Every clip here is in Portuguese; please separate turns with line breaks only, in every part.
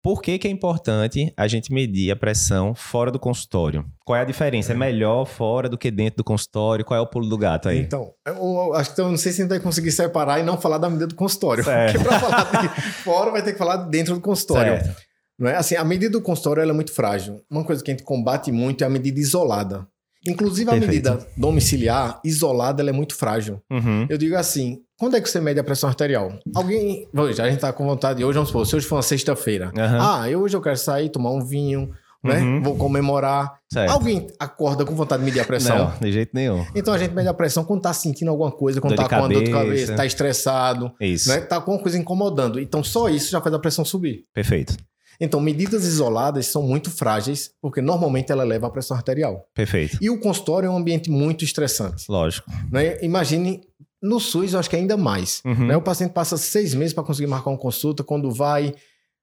Por que, que é importante a gente medir a pressão fora do consultório? Qual é a diferença? É, melhor fora do que dentro do consultório? Qual é o pulo do gato aí?
Então, eu acho que eu não sei se a gente vai conseguir separar e não falar da medida do consultório.
Certo.
Porque para falar de fora vai ter que falar dentro do consultório.
Certo.
Não é? Assim, a medida do consultório ela é muito frágil. Uma coisa que a gente combate muito é a medida isolada. Inclusive a
Perfeito.
medida domiciliar isolada ela é muito frágil.
Uhum.
Eu digo assim, quando é que você mede a pressão arterial? Alguém, Vamos, já a gente tá com vontade hoje, vamos supor, se hoje for uma sexta-feira.
Aham.
Ah, eu hoje eu quero sair, tomar um vinho, né?
Uhum.
Vou comemorar.
Certo.
Alguém acorda com vontade de medir a pressão?
Não, de jeito nenhum.
Então a gente mede a pressão quando tá sentindo alguma coisa, quando
Dor
tá
de
com uma dor de
cabeça.
cabeça, tá estressado,
Isso.
né? Tá com alguma coisa incomodando. Então só isso já faz a pressão subir.
Perfeito.
Então, medidas isoladas são muito frágeis, porque normalmente ela leva a pressão arterial.
Perfeito.
E o consultório é um ambiente muito estressante.
Lógico.
né? Imagine, no SUS, eu acho que ainda mais.
Uhum.
né? O paciente passa seis meses para conseguir marcar uma consulta, quando vai,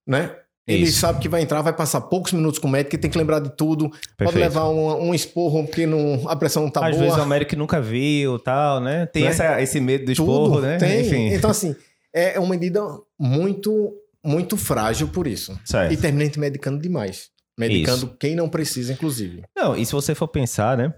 né? Ele
Isso.
sabe que vai entrar, vai passar poucos minutos com o médico, que tem que lembrar de tudo. Pode
Perfeito.
levar um, um esporro porque não, a pressão não tá
Às
boa.
vezes o médico nunca viu tal, né? Tem
Né?
essa- esse medo do
Tudo
esporro, né?
tem.
Enfim.
Então, assim, é uma medida muito, muito frágil por isso.
Certo.
E termina te medicando demais. Medicando quem não precisa, inclusive.
Não, e se você for pensar, né?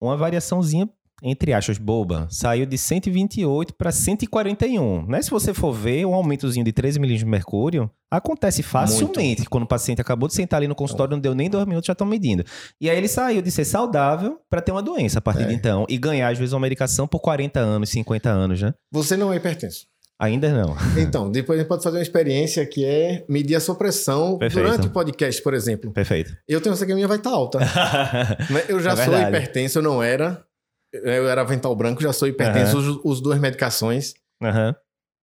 Uma variaçãozinha, entre aspas, boba, saiu de 128 para 141. Né? Se você for ver, um aumentozinho de 13 milímetros de mercúrio acontece facilmente quando o paciente acabou de sentar ali no consultório, não deu nem dois minutos, já estão medindo. E aí ele saiu de ser saudável para ter uma doença a partir
É.
de então e ganhar, às vezes, uma medicação por 40 anos, 50 anos, né?
Você não é hipertenso.
Ainda não.
Então, depois a gente pode fazer uma experiência que é medir a sua pressão
Perfeito.
durante o podcast, por exemplo.
Perfeito.
Eu tenho certeza que a minha vai estar alta. né? Eu já
É
sou
verdade.
hipertenso, eu não era. Eu era vental branco, já sou hipertenso, uso, uso duas medicações.
Aham.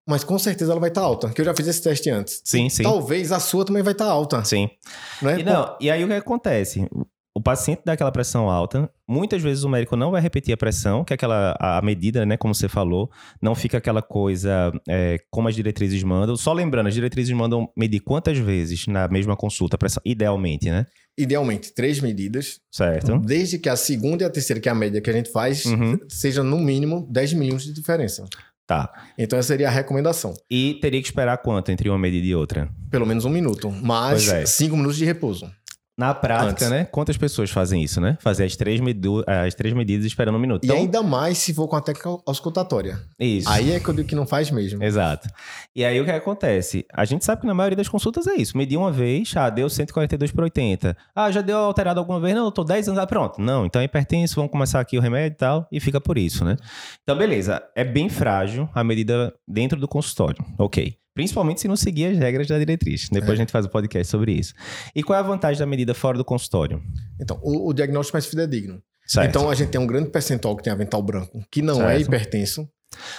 Mas com certeza ela vai estar alta, que eu já fiz esse teste antes.
Sim, sim.
Talvez a sua também vai estar alta.
Sim.
Né?
E, não, e aí o que acontece? O paciente dá aquela pressão alta, muitas vezes o médico não vai repetir a pressão, que é aquela a a medida, né, como você falou, não fica aquela coisa é, como as diretrizes mandam. Só lembrando, as diretrizes mandam medir quantas vezes na mesma consulta a pressão, idealmente, né?
Idealmente, três medidas.
Certo?
Desde que a segunda e a terceira, que é a média que a gente faz,
Então? Uhum.
seja no mínimo 10 milímetros de diferença.
Tá.
Então, essa seria a recomendação.
E teria que esperar quanto entre uma medida e outra?
Pelo menos um minuto, mas
Pois é.
cinco minutos de repouso.
Na prática,
Antes.
né? Quantas pessoas fazem isso, né? Fazer as três, medu- as três medidas esperando um minuto.
E ainda mais se for com a técnica auscultatória.
isso.
Aí é que eu digo que não faz mesmo.
Exato. E aí o que acontece? A gente sabe que na maioria das consultas é isso. Medi uma vez, ah, deu 142 por 80. Ah, já deu alterado alguma vez? Não, eu tô 10 anos. Ah, pronto. Não, então é hipertenso, vamos começar aqui o remédio e tal. E fica por isso, né? Então, beleza. É bem frágil a medida dentro do consultório. Ok. Principalmente se não seguir as regras da diretriz. Depois a gente faz um podcast sobre isso. E qual é a vantagem da medida fora do consultório?
Então, o, o diagnóstico mais fidedigno.
Certo.
Então, a gente tem um grande percentual que tem avental branco, que não é
Certo.
hipertenso.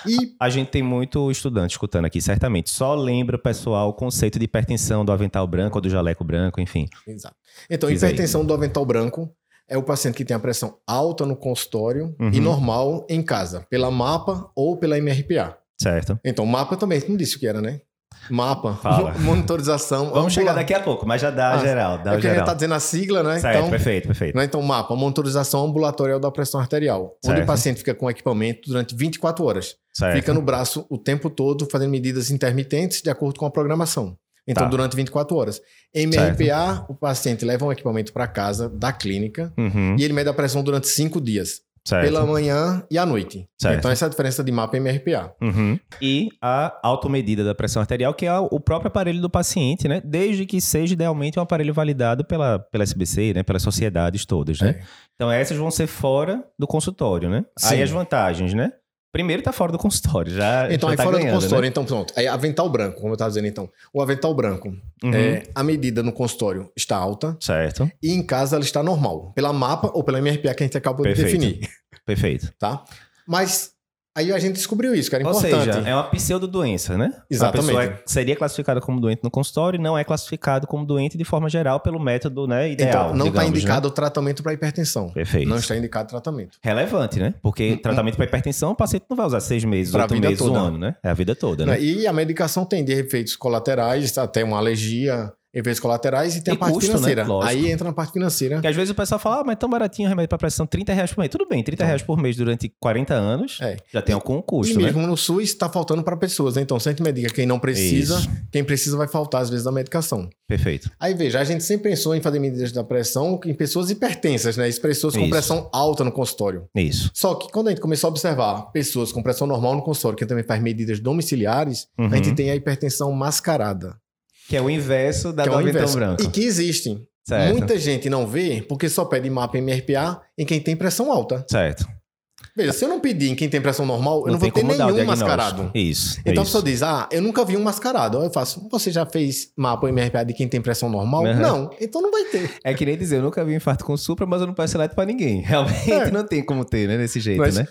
E
A gente tem muito estudante escutando aqui, certamente. Só lembra, pessoal, o conceito de hipertensão do avental branco ou do jaleco branco, enfim.
Exato. Então,
Diz aí.
hipertensão do avental branco é o paciente que tem a pressão alta no consultório
Uhum.
e normal em casa, pela MAPA ou pela MRPA.
Certo.
Então, MAPA também, a gente não disse o que era, né? MAPA,
Fala.
monitorização.
Vamos chegar
ambulan-
daqui a pouco, mas já dá
Ah,
geral.
É
Dá o
porque a gente
geral.
tá dizendo a sigla, né?
certo,
então,
perfeito, perfeito.
né? então, MAPA, monitorização ambulatorial da pressão arterial, onde
Certo.
o paciente fica com o equipamento durante 24 horas.
Certo.
Fica no braço o tempo todo, fazendo medidas intermitentes de acordo com a programação. Então,
Tá.
durante 24 horas. MRPA, o paciente leva um equipamento para casa da clínica
Uhum,
e ele mede a pressão durante 5 dias,
certo.
pela manhã e à noite.
Certo.
Então, essa é a diferença de mapa e MRPA.
Uhum. E a automedida da pressão arterial, que é o próprio aparelho do paciente, né? Desde que seja idealmente um aparelho validado pela, pela SBC, né? Pelas sociedades todas, né?
É.
Então essas vão ser fora do consultório, né? Aí
Sim.
as vantagens, né? Primeiro tá fora do consultório, já
Então,
já
aí
tá
fora
ganhando,
do consultório,
né?
então pronto. Aí, avental branco, como eu estava dizendo então. O avental branco,
Uhum,
é, a medida no consultório está alta
Certo,
e em casa ela está normal. Pela mapa ou pela MRPA que a gente acabou de
Perfeito.
definir,
perfeito.
tá? Mas aí a gente descobriu isso, que era
Ou
importante.
seja, é uma pseudodoença, né?
Exatamente.
A pessoa é- seria classificada como doente no consultório e não é classificado como doente de forma geral pelo método né, ideal.
Então, não está
digamos, né?
indicado o tratamento para hipertensão.
Perfeito.
Não está indicado o tratamento.
Relevante, né? Porque tratamento para hipertensão, o paciente não vai usar seis meses,
Pra
oito
vida
meses, um
toda.
ano, né? É a vida toda, né?
E a medicação tem de efeitos colaterais, até uma alergia, eventos colaterais e tem
E
a parte
custo, né?
financeira.
Lógico.
Aí entra na parte financeira.
Porque às vezes o pessoal fala, ah, mas tão baratinho o remédio pra pressão, 30 reais por mês. Tudo bem, 30 reais por mês durante 40 anos,
Então. É.
já tem algum custo,
e
né?
mesmo no SUS está faltando para pessoas, né? Então, sempre me diga quem não precisa,
Isso.
quem precisa vai faltar às vezes da medicação.
Perfeito.
Aí veja, a gente sempre pensou em fazer medidas da pressão em pessoas hipertensas, né? Isso, pessoas com
Isso.
pressão alta no consultório.
Isso.
Só que quando a gente começou a observar pessoas com pressão normal no consultório, que também faz medidas domiciliares,
Uhum.
a gente tem a hipertensão mascarada.
Que é o inverso da
que é o
do
inverso.
avental branco.
E que existem.
Certo.
Muita gente não vê porque só pede mapa MRPA em quem tem pressão alta.
Certo.
Veja, se eu não pedir em quem tem pressão normal, eu não,
tem
vou ter
como dar o
nenhum
diagnóstico.
mascarado.
Isso.
Então a
É isso.
pessoa diz, ah, eu nunca vi um mascarado. Aí Eu faço, você já fez mapa MRPA de quem tem pressão normal?
Uhum.
Não, então não vai ter.
É que nem dizer, eu nunca vi infarto com supra, mas eu não peço eletro pra ninguém. Realmente
É.
não tem como ter, né? Desse jeito,
Mas-
né?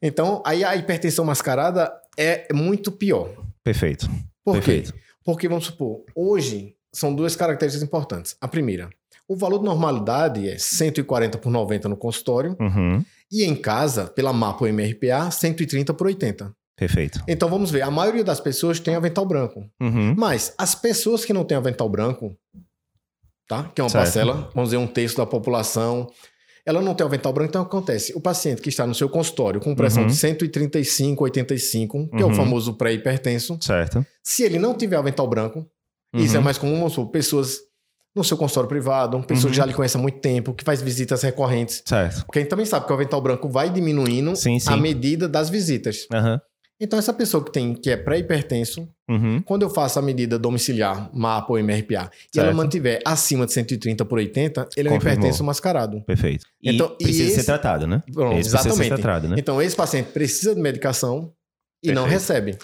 Então, aí a hipertensão mascarada é muito pior.
Perfeito.
Por quê?
Perfeito.
Porque, vamos supor, hoje são duas características importantes. A primeira, o valor de normalidade é 140 por 90 no consultório
Uhum.
e em casa, pela MAPA ou MRPA, 130 por 80.
Perfeito.
Então vamos ver, a maioria das pessoas tem avental branco.
Uhum.
Mas as pessoas que não têm avental branco, tá? Que é uma
Certo.
parcela, vamos dizer, um terço da população, ela não tem avental branco, então acontece. O paciente que está no seu consultório com pressão
Uhum.
de 135, 85, que é o
Uhum.
famoso pré-hipertenso,
Certo.
se ele não tiver avental branco, isso é
Uhum.
mais comum, vamos supor, pessoas no seu consultório privado, pessoas
Uhum.
que já lhe conhecem há muito tempo, que faz visitas recorrentes.
Certo.
Porque a gente também sabe que o avental branco vai diminuindo
Sim, sim.
à medida das visitas.
Aham.
Então, essa pessoa que tem que é pré-hipertenso,
Uhum.
quando eu faço a medida domiciliar, MAPA ou MRPA, e ela
Certo.
mantiver acima de 130 por 80, ele é um
Confirmou.
hipertenso mascarado.
Perfeito. E
Então, e
precisa
esse-
ser tratado, né?
Pronto,
Esse precisa ser
exatamente.
tratado, né?
Então, esse paciente precisa de medicação e não
Perfeito.
recebe.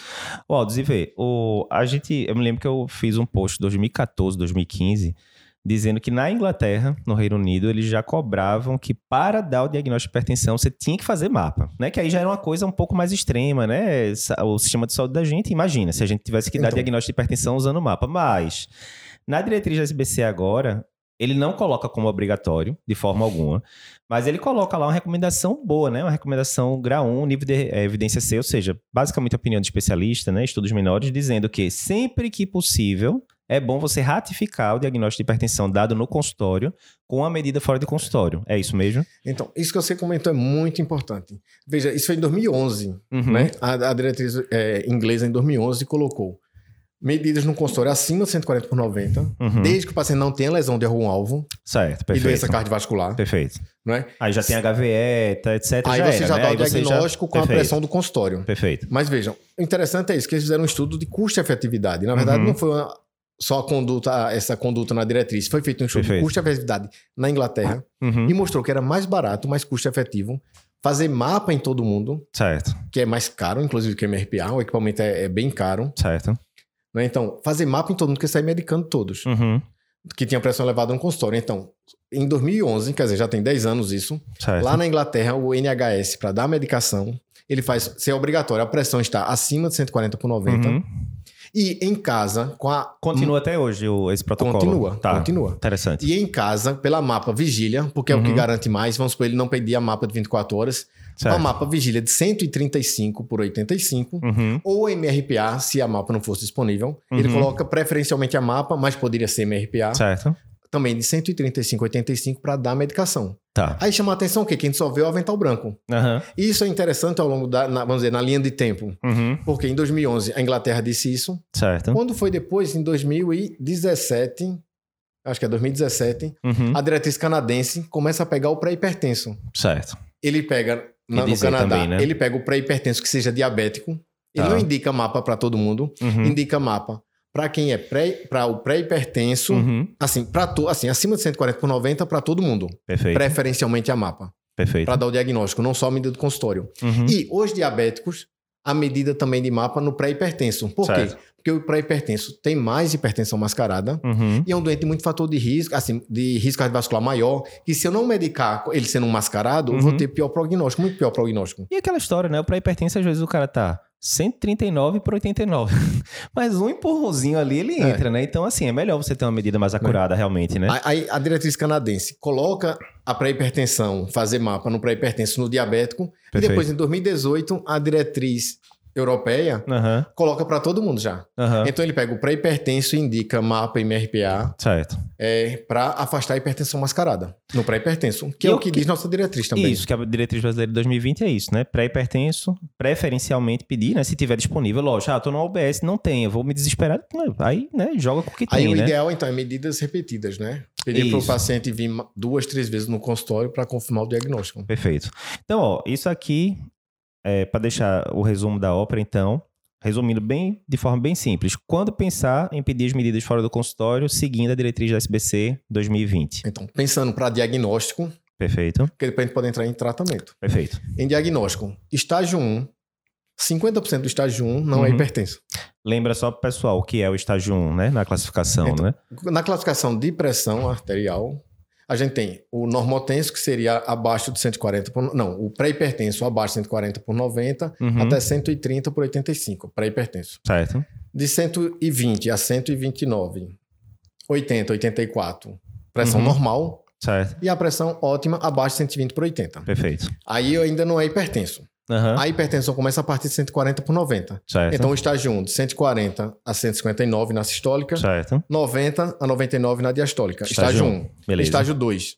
Ó, Aldo, e vê, o, a gente, eu me lembro que eu fiz um post em 2014, 2015, dizendo que na Inglaterra, no Reino Unido, eles já cobravam que para dar o diagnóstico de hipertensão, você tinha que fazer mapa, né? Que aí já era uma coisa um pouco mais extrema, né? Sa- O sistema de saúde da gente, imagina, se a gente tivesse que dar
Então.
diagnóstico de hipertensão usando mapa. Mas, na diretriz da SBC agora, ele não coloca como obrigatório, de forma alguma, mas ele coloca lá uma recomendação boa, né? Uma recomendação grau 1, nível de eh, evidência C, ou seja, basicamente opinião de especialista, né? Estudos menores, dizendo que sempre que possível é bom você ratificar o diagnóstico de hipertensão dado no consultório com a medida fora de consultório. É isso mesmo?
Então, isso que você comentou é muito importante. Veja, isso foi em 2011.
Uhum.
né? A, a diretriz é, inglesa em 2011 colocou medidas no consultório acima de 140 por 90,
Uhum.
desde que o paciente não tenha lesão de algum alvo
Certo,
e doença
perfeito.
cardiovascular,
Perfeito.
não é?
Aí já tem HVE, tá, etc.
Aí você
era,
já
né?
dá
Aí
o
você já-
diagnóstico com a
Perfeito.
pressão do consultório.
Perfeito.
Mas vejam, o interessante é isso, que eles fizeram um estudo de custo-efetividade. Na verdade,
Uhum.
não foi uma- só a conduta, essa conduta na diretriz. Foi feito um estudo de
Perfeito.
custo-efetividade na Inglaterra
Uhum.
e mostrou que era mais barato, mais custo-efetivo, fazer mapa em todo mundo,
Certo,
que é mais caro, inclusive, que o MRPA. O equipamento é- é bem caro.
certo.
né? Então, fazer mapa em todo mundo, que sair medicando todos,
Uhum.
que tinha pressão elevada no consultório. Então, em 2011, quer dizer, já tem 10 anos isso,
Certo.
lá na Inglaterra, o NHS, para dar medicação, ele faz ser obrigatório, a pressão está acima de 140 por 90.
Uhum.
E em casa, com a.
Continua até hoje o- esse protocolo.
Continua,
Tá.
continua.
Interessante.
E em casa, pela mapa vigília, porque é o que
Uhum.
garante mais, vamos supor, ele não pedir a mapa de 24 horas, a mapa vigília de 135 por 85,
Uhum.
ou MRPA, se a mapa não fosse disponível. Ele
Uhum.
coloca preferencialmente a mapa, mas poderia ser MRPA.
Certo.
também de 135 85 para dar medicação.
Tá.
Aí chama a atenção o quê? Que a gente só vê o avental branco.
Aham.
E isso é interessante ao longo da, na- vamos dizer, na linha de tempo.
Uhum.
Porque em 2011 a Inglaterra disse isso.
Certo.
Quando foi depois, em 2017, acho que é 2017,
Uhum.
a diretriz canadense começa a pegar o pré-hipertenso.
Certo.
Ele pega na- no
dizer
Canadá,
também, né?
ele pega o pré-hipertenso que seja diabético. Ele
Tá.
não indica mapa para todo mundo,
Uhum.
indica mapa para quem é pré, para o pré-hipertenso,
Uhum.
assim, para assim, acima de 140 por 90 para todo mundo.
Perfeito.
preferencialmente a mapa,
Perfeito.
para dar o diagnóstico, não só a medida do consultório.
Uhum.
E os diabéticos, a medida também de mapa no pré-hipertenso. Por
Certo.
quê? Porque o pré-hipertenso tem mais hipertensão mascarada
Uhum.
e é um doente de muito fator de risco, assim, de risco cardiovascular maior, que se eu não medicar ele sendo um mascarado, eu vou
Uhum.
ter pior prognóstico, muito pior prognóstico.
E aquela história, né? O pré-hipertenso, às vezes, o cara tá 139 por 89. Mas um empurrãozinho ali, ele
É.
entra, né? Então, assim, é melhor você ter uma medida mais acurada, realmente, né?
A- Aí a diretriz canadense coloca a pré-hipertensão, fazer mapa no pré-hipertenso no diabético, e
Perfeito.
depois em 2018 a diretriz europeia,
Aham,
coloca para todo mundo já.
aham.
Então ele pega o pré-hipertenso e indica mapa MRPA
Certo.
é, para afastar a hipertensão mascarada no pré-hipertenso, que é
E
o
o
que
que-
diz nossa diretriz também.
Isso, que a diretriz brasileira de 2020 é isso, né? Pré-hipertenso, preferencialmente pedir, né? Se tiver disponível, lógico, ah, tô no OBS, não tem, eu vou me desesperar. Aí, né, joga com o que
Aí
tem,
o
né?
ideal, então, é medidas repetidas, né? Pedir para o
Isso.
paciente vir ma- duas, três vezes no consultório para confirmar o diagnóstico.
Perfeito. Então, ó, isso aqui, é, para deixar o resumo da ópera, então, resumindo bem, de forma bem simples. Quando pensar em pedir as medidas fora do consultório, seguindo a diretriz da SBC 2020.
Então, pensando para diagnóstico,
Perfeito?
que depois a gente pode entrar em tratamento.
Perfeito.
Em diagnóstico, estágio 1, 50% do estágio 1 não é
Uhum.
hipertenso.
Lembra só pro pessoal o que é o estágio 1, né? Na classificação,
Então,
né?
Na classificação de pressão arterial, a gente tem o normotenso, que seria abaixo de 140 por... Não, o pré-hipertenso abaixo de 140 por 90,
Uhum.
até 130 por 85, pré-hipertenso.
Certo.
De 120 a 129, 80, 84, pressão
Uhum.
normal.
Certo.
E a pressão ótima abaixo de 120 por 80.
Perfeito.
Aí ainda não é hipertenso.
Aham.
A hipertensão começa a partir de 140 por 90.
Certo.
Então, o estágio 1, de 140 a 159 na sistólica,
certo.
90 a 99 na diastólica.
Estágio um.
Estágio 1.
Beleza.
Estágio 2,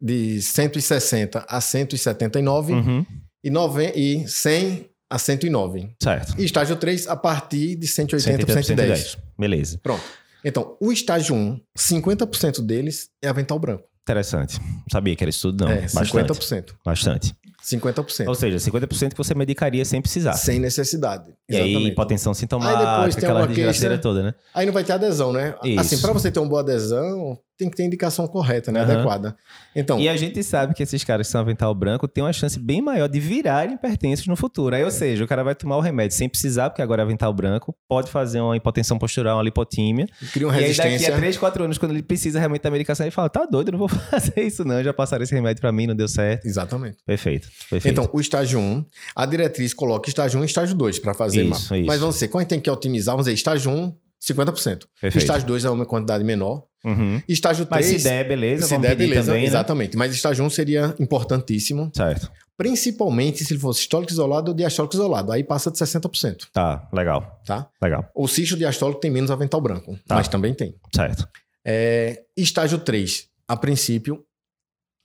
de 160 a 179
Uhum.
e, noven- e 100 a 109.
Certo.
E estágio 3, a partir de 180 para
180,
110.
110. Beleza.
Pronto. Então, o estágio 1, 50% deles é avental branco.
Interessante. Sabia que era isso tudo, não.
é,
Bastante. Então,
50%.
Bastante.
50%.
Ou seja, 50% que você medicaria sem precisar.
Sem necessidade.
tá. E aí, hipotensão
Aí depois
sintomática,
tem
aquela
uma queixa.
desgraceira toda, né?
Aí não vai ter adesão, né?
Isso.
Assim, para você ter uma boa adesão, tem que ter indicação correta, né?
Aham.
Adequada. Então,
E a gente sabe que esses caras que são avental branco têm uma chance bem maior de virarem hipertensos no futuro. Aí,
É.
ou seja, o cara vai tomar o remédio sem precisar, porque agora é avental branco, pode fazer uma hipotensão postural, uma lipotímia.
cria uma
E aí, daqui a
resistência.
3, 4 anos, quando ele precisa realmente da medicação, ele fala: tá doido, eu não vou fazer isso, não. Já passaram esse remédio pra mim, não deu certo.
Exatamente.
Perfeito. Perfeito.
Então, o estágio 1, a diretriz coloca estágio 1 e estágio 2 para fazer
Isso,
mapa.
isso.
Mas vamos dizer, quando a gente tem que otimizar, vamos dizer, estágio 1, 50%.
Perfeito.
Estágio 2 é uma quantidade menor.
Uhum.
Estágio 3,
Mas se der, beleza.
se
vamos
der,
pedir
beleza,
também, né?
exatamente. Mas estágio 1 seria importantíssimo,
Certo.
principalmente se ele fosse histólico isolado ou diastólico isolado. Aí passa de 60%,
Tá, legal.
tá?
Legal.
O cisto diastólico tem menos avental branco,
Tá.
mas também tem.
Certo.
É, estágio 3, a princípio,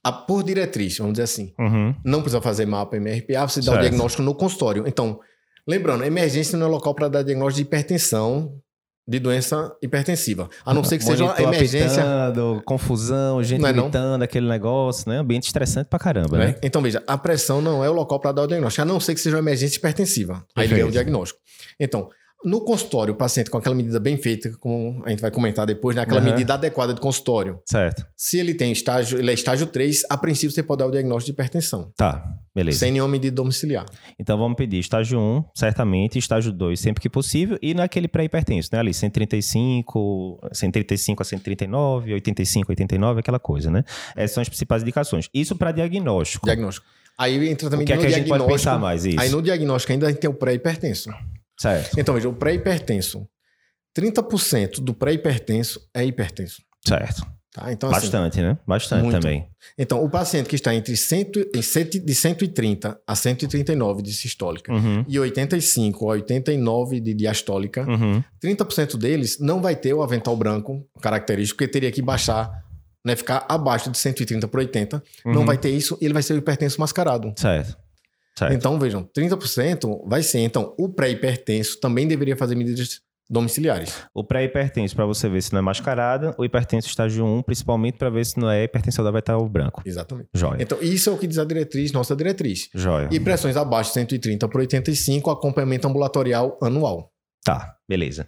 a, por diretriz, vamos dizer assim,
Uhum.
não precisa fazer mapa MRPA, ah, você dá o
Certo.
diagnóstico no consultório. Então, lembrando, emergência não é local para dar diagnóstico de hipertensão, de doença hipertensiva. A não ser que seja uma
Tá. Monitor
emergência.
apitando, confusão, gente
Não é não?
gritando, aquele negócio, né? Ambiente estressante pra caramba, né?
né? Então, veja, a pressão não é o local para dar o diagnóstico, a não ser que seja uma emergência hipertensiva. Aí ele ganha o
Perfeito.
diagnóstico. Então, no consultório, o paciente com aquela medida bem feita, como a gente vai comentar depois, né? aquela
Aham.
medida adequada de consultório.
Certo.
Se ele tem estágio, ele é estágio 3, a princípio você pode dar o diagnóstico de hipertensão,
Tá, beleza.
sem nenhuma medida domiciliar.
Então vamos pedir estágio 1, certamente, estágio 2, sempre que possível, e naquele pré-hipertenso, né? Ali, 135, 135 a 139, 85, 89, aquela coisa, né? Essas são as principais indicaços. Isso pra diagnóstico.
Diagnóstico. Aí entra
O
também
que é
no
que a gente pode
diagnóstico.
pensar mais? Isso.
Aí no diagnóstico ainda a gente tem o pré-hipertenso.
Certo,
Então, veja, o pré-hipertenso. 30% do pré-hipertenso é hipertenso.
certo.
Tá? Então, assim,
Bastante, né? Bastante
Muito.
também.
então, o paciente que está entre 100, em 100 de 130 a 139 de sistólica
Uhum.
e 85 a 89 de diastólica,
Uhum.
30% deles não vai ter o avental branco característico, porque teria que baixar, né, ficar abaixo de 130 por 80. Não
Uhum.
vai ter isso e ele vai ser o hipertenso mascarado.
Certo. Certo.
Então, vejam, 30% vai ser. Então, o pré-hipertenso também deveria fazer medidas domiciliares.
O pré-hipertenso, pra você ver se não é mascarada. O hipertenso estágio 1, principalmente pra ver se não é hipertensão da beta branco.
Exatamente.
Joia.
Então, isso é o que diz a diretriz, nossa diretriz.
Joia.
E pressões abaixo de 130 por 85, acompanhamento ambulatorial anual.
Tá, beleza.